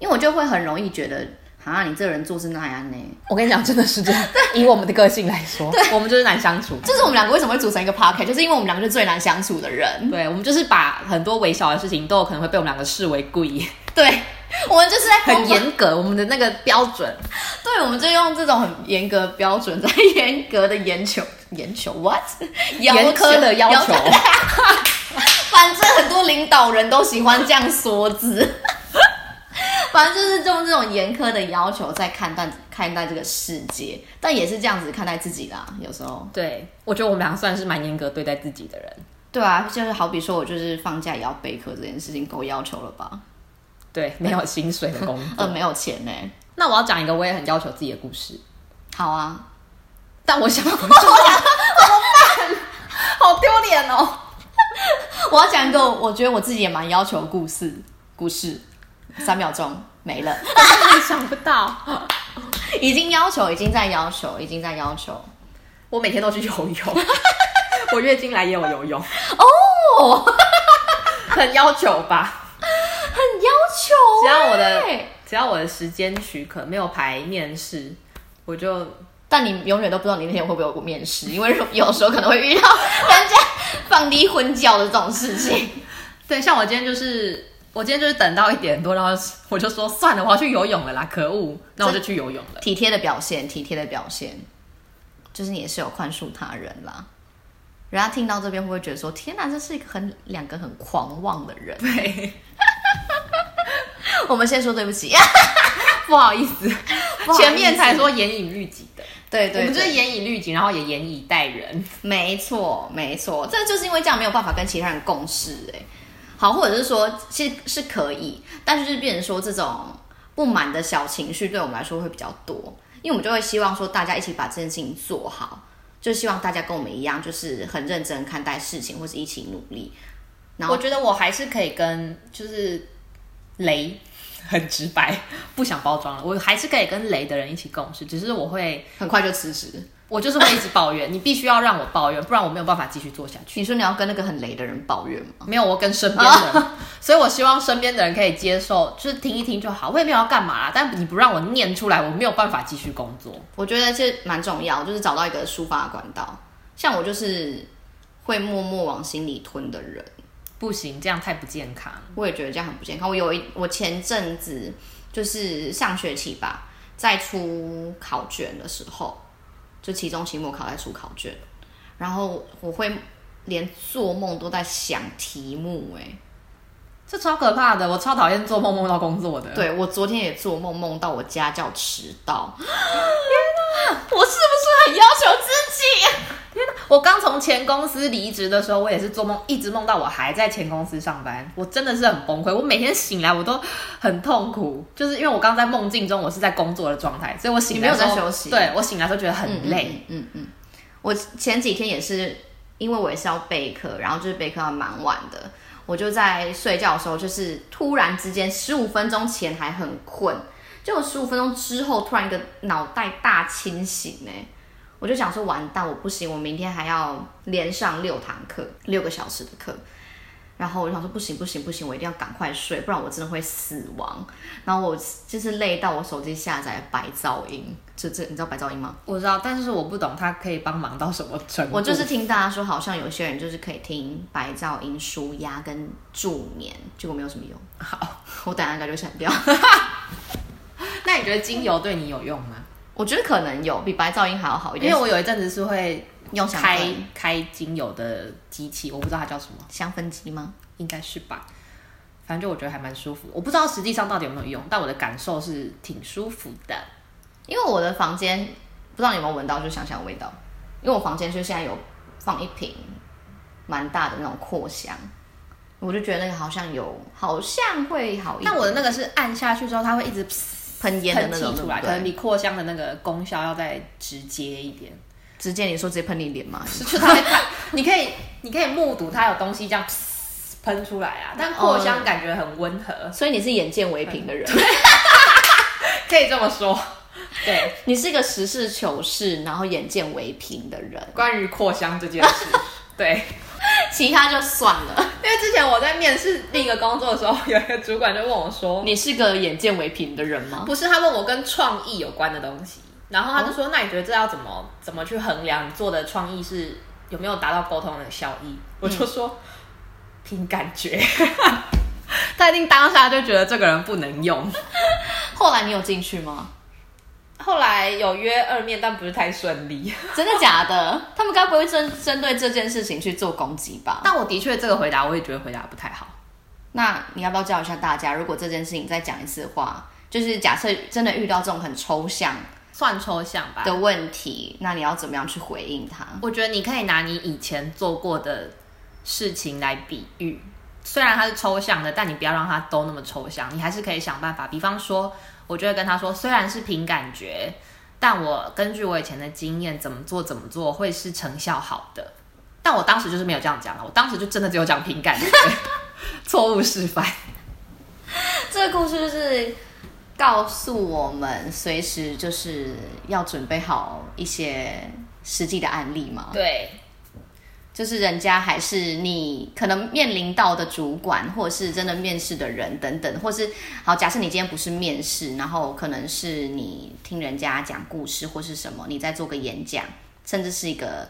因为我就会很容易觉得，啊，你这个人做事那样呢。
我跟你讲，真的是这样。以我们的个性来说，我们就是难相处。
就是我们两个为什么会组成一个 p o c k e t 就是因为我们两个是最难相处的人。
对，我们就是把很多微小的事情都有可能会被我们两个视为故 意，
对，我们就是在
很，严格。我们的那个标准，
对，我们就用这种很严格的标准，在严格的研求 研求 what
严苛的要求。
反正很多领导人都喜欢这样缩字， 反正就是用这种严苛的要求在看待看待这个世界，但也是这样子看待自己啦。有时候，
对，我觉得我们两个算是蛮严格对待自己的人。
对啊，就是好比说我就是放假也要备课这件事情，够要求了吧？
对，没有薪水的工
呃，
作。
没有钱呢、
那我要讲一个我也很要求自己的故事，
好啊，
但我想我想怎么办？好丢 脸哦！
我要讲一个，我觉得我自己也蛮要求的故事，故事三秒钟没了，
想不到，
已经要求，已经在要求，已经在要求。
我每天都去游泳， 我月经来也有游泳，
哦，很
很要求吧？
要求
只要我的
欸
只要我的时间许可，没有排面试，我就
但你永远都不知道你那天会不会有面试，因为有时候可能会遇到人家放低婚教的这种事情。
对。像我今天就是我今天就是等到一点多，然后我就说算了，我要去游泳了啦，可恶！那我就去游泳了。
体贴的表现，体贴的表现，就是你也是有宽恕他人啦。人家听到这边会不会觉得说：“天哪，这是一个很两个很狂妄的人
对，？”
我们先说对不起，
不好意思，
不好意思
前面才说严以律己的，
对
我
对
们就是
对，
严以律己，然后也严以待人。
没错没错，这就是因为这样没有办法跟其他人共事哎、好，或者是说其实是可以，但是就是变成说这种不满的小情绪对我们来说会比较多，因为我们就会希望说大家一起把这件事情做好，就希望大家跟我们一样，就是很认真看待事情，或是一起努力。然后
我觉得我还是可以跟就是雷。 很直白，不想包装了。我还是可以跟雷的人一起共事，只是我会，
很快就辞职。
我就是会一直抱怨。你 必须要让我抱怨，不然我没有办法继续做下去。
你说你要跟那个很雷的人抱怨吗？
没有，我跟身边的人，
哦
所以我希望身边的人可以接受，就是听一听就好。我也没有要干嘛啦，但你不让我念出来，我没有办法继续工作。
我觉得这蛮重要，就是找到一个抒发的管道。像我就是会默默往心里吞的人。
不行，这样太不健康。
我也觉得这样很不健康。我有一，我前阵子就是上学期吧，在出考卷的时候，就期中、期末考在出考卷，然后我会连做梦都在想题目、欸。
这超可怕的，我超讨厌做梦梦到工作的。，
对我昨天也做梦，梦到我家教迟到。天哪！我是不是很要求自己？
我刚从前公司离职的时候，我也是做梦，一直梦到我还在前公司上班，我真的是很崩溃。我每天醒来我都很痛苦，就是因为我刚在梦境中我是在工作的状态，所以我醒来的时候
你没有在休息
对我醒来的时候觉得很累。
嗯嗯嗯嗯我前几天也是，因为我也是要备课，然后就是备课还蛮晚的，我就在睡觉的时候，就是突然之间十五分钟前还很困，就十五分钟之后突然一个脑袋大清醒哎、我就想说完蛋，我不行，我明天还要连上六堂课，六个小时的课。然后我就想说不行不行不行，我一定要赶快睡，不然我真的会死亡。然后我就是累到我手机下载白噪音，这这你知道白噪音吗？
我知道，但是我不懂他可以帮忙到什么程度。
我就是听大家说，好像有些人就是可以听白噪音舒压跟助眠，结果没有什么用。
好，
我等下应该就闪掉。
那你觉得精油对你有用吗？
我觉得可能有比白噪音还要好一
因
点，
为我有一阵子是会
用香
开
氛
开精油的机器，我不知道它叫什么，
香氛机吗？
应该是吧。反正就我觉得还蛮舒服的。我不知道实际上到底有没有用，但我的感受是挺舒服的。
因为我的房间不知道你有没有闻到，就是香香的味道。因为我房间就现在有放一瓶蛮大的那种扩香，我就觉得那个好像有，好像会好一点。
但我的那个是按下去之后，它会一直
喷烟的
喷
那
气
种，
出来，可
对
能
不对
比扩香的那个功效要再直接一 点。
直接你说直接喷你脸吗？
是就它会它，你可以你可以目睹它有东西这样喷出来啊，但扩香感觉很温和，
所以你是眼见为凭 的人，
可以这么说。对，
你是一个实事求是，然后眼见为凭的人，
关于扩香这件事， 对。
其他就算了。
因为之前我在面试另一个工作的时候，有一个主管就问我说，
你是个眼见为凭的人吗？
不是他问我跟创意有关的东西，然后他就说，那你觉得这要怎么怎么去衡量你做的创意是有没有达到沟通的效益？我就说、凭感觉。 他一定当下就觉得这个人不能用。
后来你有进去吗？
后来有约二面，但不是太顺利。
真的假的？他们该不会针针对这件事情去做攻击吧？
但我的确这个回答，我也觉得回答不太好。
那你要不要教一下大家，如果这件事情再讲一次的话，就是假设真的遇到这种很抽象
算抽象吧，
的问题，那你要怎么样去回应它？
我觉得你可以拿你以前做过的事情来比喻，虽然它是抽象的，但你不要让它都那么抽象，你还是可以想办法。比方说，我就会跟他说，虽然是凭感觉，但我根据我以前的经验，怎么做怎么做会是成效好的。但我当时就是没有这样讲了，我当时就真的只有讲凭感 觉，错误示 范。
这个故事就是告诉我们，随时就是要准备好一些实际的案例嘛。
对，
就是人家还是你可能面临到的主管，或者是真的面试的人等等，或是好，假设你今天不是面试，然后可能是你听人家讲故事或是什么，你在做个演讲，甚至是一个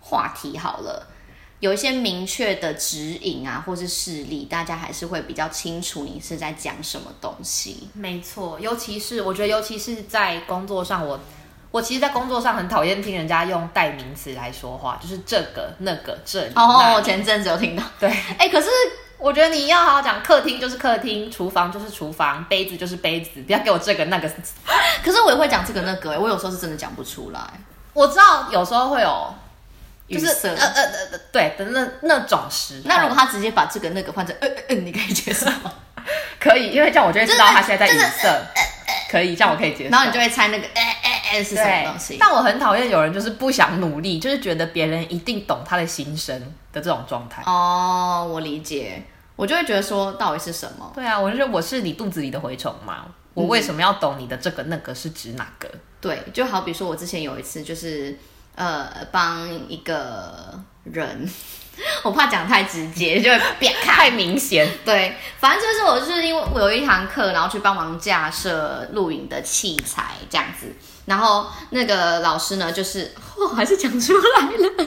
话题好了。有一些明确的指引啊，或是事例，大家还是会比较清楚你是在讲什么东西。
没错，尤其是我觉得，尤其是在工作上，我我其实，在工作上很讨厌听人家用代名词来说话，就是这个、那个、这里。
哦，
那
我
里
前阵子有听到，
对，
哎、可是
我觉得你要好好讲，客厅就是客厅，厨房就是厨房，杯子就是杯子，不要给我这个那个。
可是我也会讲这个那个、哎我有时候是真的讲不出来，
我知道有时候会有，就是
语塞
呃呃呃呃，对的那那种时候，
那如果他直接把这个那个换成呃呃呃，你可以接受吗，
可以，因为这样我就会知呃道他现在在语塞，可以，这样我可以接受。
然后你就会猜那个呃呃呃是什么
对
东西。
但我很讨厌有人就是不想努力，就是觉得别人一定懂他的心声的这种状态。
哦，我理解，我就会觉得说到底是什么？
对啊，我就觉得我是你肚子里的蛔虫嘛，我为什么要懂你的这个那个是指哪个？
对，就好比说我之前有一次就是呃帮一个人， 我怕讲太直接就会变开。
太明显，
对，反正就是我就是因为我有一堂课，然后去帮忙架设录影的器材这样子，然后那个老师呢，就是我、还是讲出来了，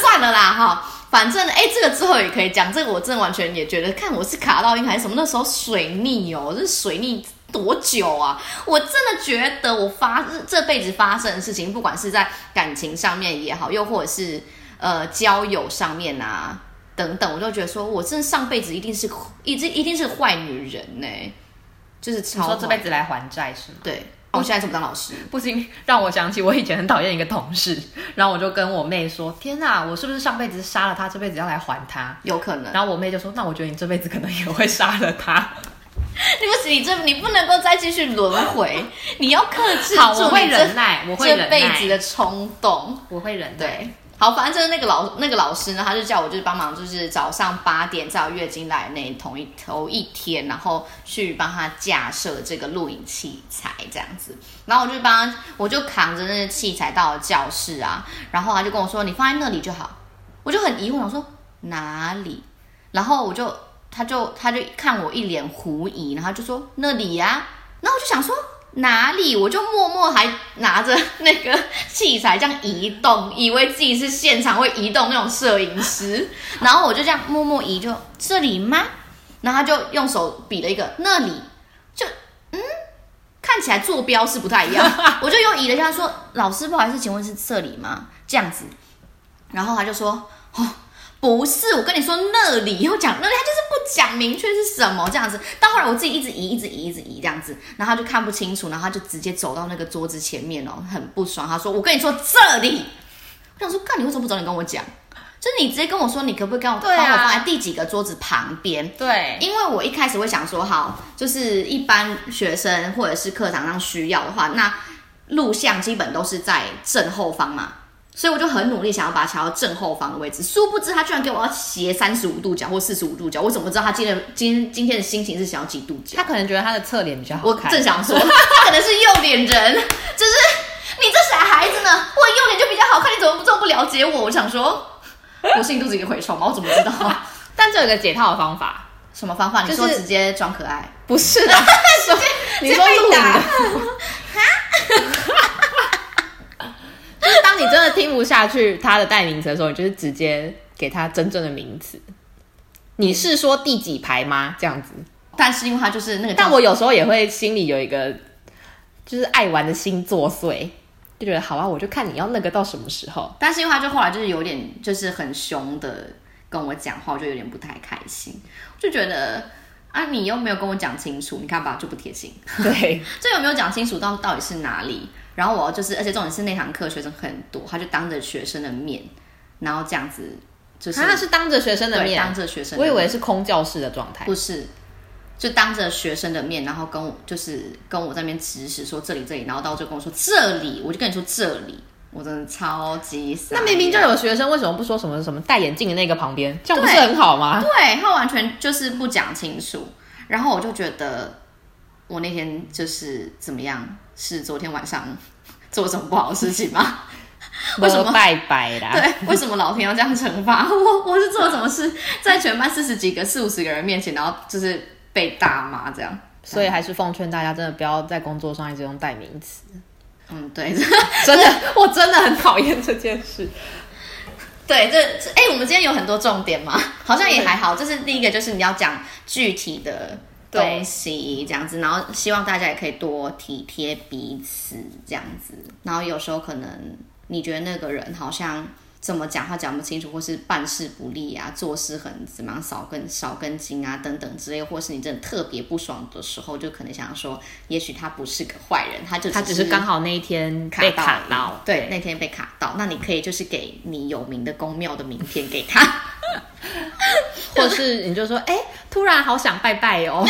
算了啦哈。反正哎、这个之后也可以讲，这个我真的完全也觉得，看我是卡到音还是什么，那时候水逆哦，这水逆多久啊？我真的觉得我发这辈子发生的事情，不管是在感情上面也好，又或者是呃交友上面啊等等，我就觉得说我真的上辈子一定是一定一定是坏女人呢、就是
你
超
说这辈
子
子来还债是吗？
对。哦，我现在怎么当老师？
不禁让我想起我以前很讨厌一个同事，然后我就跟我妹说：“天哪、我是不是上辈子杀了他，这辈子要来还他
有可？”能，
然后我妹就说：“那我觉得你这辈子可能也会杀了他。
你不行，你这你不能够再继续轮 回，你要克”制
好，
住
我会
你这
忍耐，我会
这
忍耐，
辈子的冲动。
我会忍耐。
对，好，反正就是那个老那个老师呢，他就叫我就是帮忙，就是早上八点在我月经来那同一头一天，然后去帮他架设这个录影器材这样子。然后我就帮他，我就扛着那个器材到了教室啊，然后他就跟我说：“你放在那里就好。”我就很疑惑，我说哪里？然后我就他就他就看我一脸狐疑，然后就说那里呀、然后我就想说哪里？我就默默还拿着那个器材这样移动，以为自己是现场会移动那种摄影师。然后我就这样默默移就，这里吗？然后他就用手比了一个那里，就嗯，看起来坐标是不太一样。 我就又移了一下，说老师不好意思，请问是这里吗？这样子，然后他就说哦，不是，我跟你说那里又讲那里，他就是不讲明确是什么这样子。到后来我自己一直移，一直移，一直移这样子，然后他就看不清楚，然后他就直接走到那个桌子前面哦，很不爽。他说：“我跟你说这里。”我想说，干你为什么不早点跟我讲？就是你直接跟我说，你可不可以跟我帮
对啊
我放在第几个桌子旁边？
对，
因为我一开始会想说，好，就是一般学生或者是课堂上需要的话，那录像基本都是在正后方嘛，所以我就很努力想要把它调到正后方的位置。殊不知他居然给我要斜三十五度角或四十五度角，我怎么知道他今天的今今天的心情是想要几度角
他？可能觉得他的侧脸比较好
我
看。
正想说，他可能是右脸人，就是你这傻孩子呢，我右脸就比较好看，你怎么这么不了解我？我想说，我是你肚子里的蛔虫吗？我怎么知道？
但这有一个解套的方法，
什么方法？你说
就是
直接装可爱？
不是 的，说你说录影 的， 就是当你真的听不下去他的代名词的时候，你就是直接给他真正的名词。你是说第几排吗？这样子，
但是因为他就是那个叫，
但我有时候也会心里有一个就是爱玩的心作祟，就觉得好啊，我就看你要那个到什么时候。
但是因为他就后来就是有点就是很凶的跟我讲话，我就有点不太开心，我就觉得啊你又没有跟我讲清楚，你看吧就不贴心，
对，
这有没有讲清楚到到底是哪里？然后我就是，而且重点是那堂课学生很多，他就当着学生的面，然后这样子就是
他是啊当着学生的
对
面
当，着学生的
我以
面，
为是空教室的状态。
不是。就当着学生的面，然后跟我就是跟我在那边指使说这里这里，然后到最后跟我说这里，我就跟你说这里，我真的超级傻
那明明
眼
就有学生，为什么不说什么什么戴眼镜的那个旁边？这样不是
对
很好 吗？
对他完全就是不讲清楚，然后我就觉得我那天就是怎么样，是昨天晚上 做什么不好的事情 吗？为什么
没拜拜啦？
对，为什么老天要这样惩罚我？ 我是做了什么事，在全班四十几个、四五十个人面前，然后就是被大骂这样。
所以还是奉劝大家，真的不要在工作上一直用代名词。
嗯，对，
真的， 我真的很讨厌这件事。
对，这这哎、我们今天有很多重点嘛， 好像也还好。这是第一个，就是你要讲具体的东西这样子，然后希望大家也可以多体贴彼此这样子。然后有时候可能你觉得那个人好像怎么讲话讲不清楚，或是办事不力啊，做事很怎么样少根少根筋啊等等之类，或是你真的特别不爽的时候，就可能想说，也许他不是个坏人，他就
他只是刚好那一天被卡到，
对，那天被卡到，那你可以就是给你有名的公庙的名片给他，
或是你就说，哎、突然好想拜拜 哦。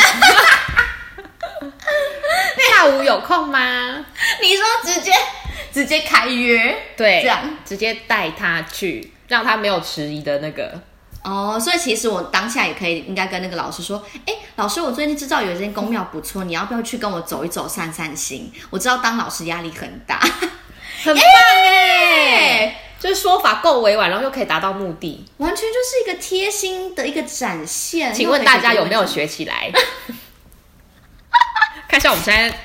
下午有空吗？
你说直 接直接开约
对，
这样
直接带他去，让他没有迟疑的那个。
哦，所以其实我当下也可以应该跟那个老师说，哎，老师，我最近知道有一间公庙不错，你要不要去跟我走一走散散心？ 我知道当老师压力很大，
很棒哎、
哎，
就是说法够委婉，然后又可以达到目的。
完全就是一个贴心的一个展现。
请问大家有没 有学起来？ 看一下我们现在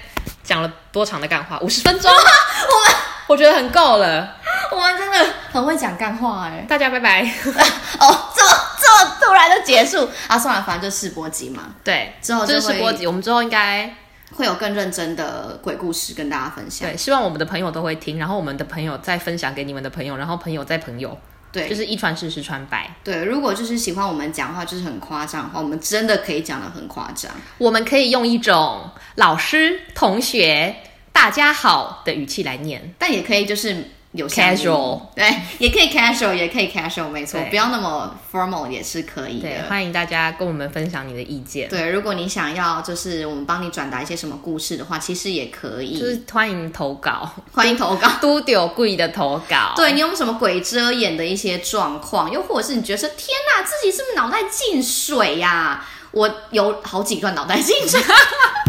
讲了多长的干话，五十分钟，我我觉得很够了。
我们真的很会讲干话哎、
大家拜拜。
哦，这么这么突然的结束啊？算了，反正就试播集嘛。
对，
之后就
这
会
是波集，我们之后应该
会有更认真的鬼故事跟大家分享。
对，希望我们的朋友都会听，然后我们的朋友再分享给你们的朋友，然后朋友再朋友，
对
就是一传十，十传百。
对，如果就是喜欢我们讲话就是很夸张的话，我们真的可以讲的很夸张。
我们可以用一种老师、同学、大家好的语气来念。
但也可以就是有项目
Casual
对，也可以 casual，也可以 casual，没错，
对
不要那么 formal 也是可以
对，
的。
欢迎大家跟我们分享你的意见。
对，如果你想要就是我们帮你转达一些什么故事的话，其实也可以，
就是欢迎投稿，
欢迎投稿。
都丢贵的投稿。
对你有没有什么鬼遮眼的一些状况？又或者是你觉得说天哪，自己是不是脑袋进水呀、我有好几段脑袋进水。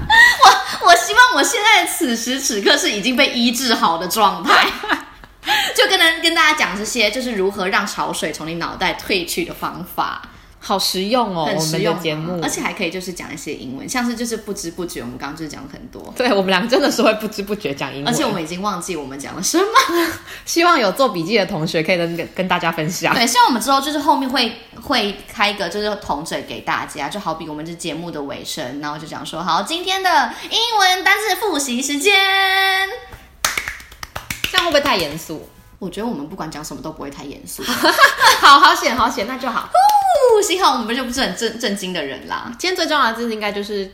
我我希望我现在此时此刻是已经被医治好的状态。 就跟人跟大家讲这些，就是如何让潮水从你脑袋退去的方法，
好实用哦，
很
我
实
们的
用啊，
节目
而。且还可以就是讲一些英文，像是就是不知不觉，我们刚刚就是讲很多，
对我们两个真的是会不知不觉讲英文，
而且我们已经忘记我们讲了什么。
希望有做笔记的同学可以跟跟大家分 享。
对，像我们之后就是后面会会开一个就是同整给大家，就好比我们这节目的尾声，然后就讲说好今天的英文单词复习时间。
这样会不会太严肃？
我我觉得我们不管讲什么都不会太严肃。
好好险，好险，那就好。
不，幸好我们就不是很正正经的人啦。
今天最重要的字应该就是，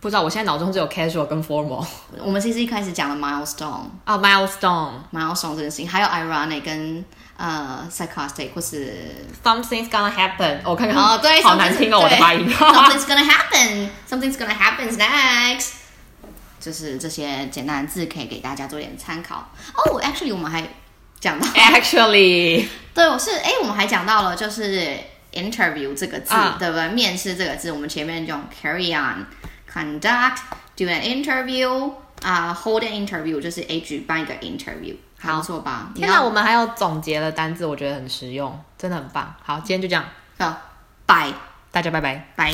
不知道我现在脑中只有 casual 跟 formal
我们其实一开始讲了 milestone，milestone
啊、m i l e s t o n e
这件事情，还有 ironic 跟呃 sarcastic 或是
something's gonna happen、我看看，
哦，对，。
好难听哦，我的 发音
something's gonna happen. Something's gonna happen next. 就是这些简单的字可以给大家做点参考。哦、a c t u a l l y 我们还讲到，
哎 Actually，
对，我是哎，我们还讲到了就是 interview 这个字，
啊
对不对？面试这个字，我们前面用 carry on, conduct, do an interview 啊、hold an interview 就是哎举办一个 interview，还不错吧？
天哪，我们还有总结了单字，我觉得很实用，真的很棒。好，今天就这样，
哦好，拜
大家拜拜。
拜。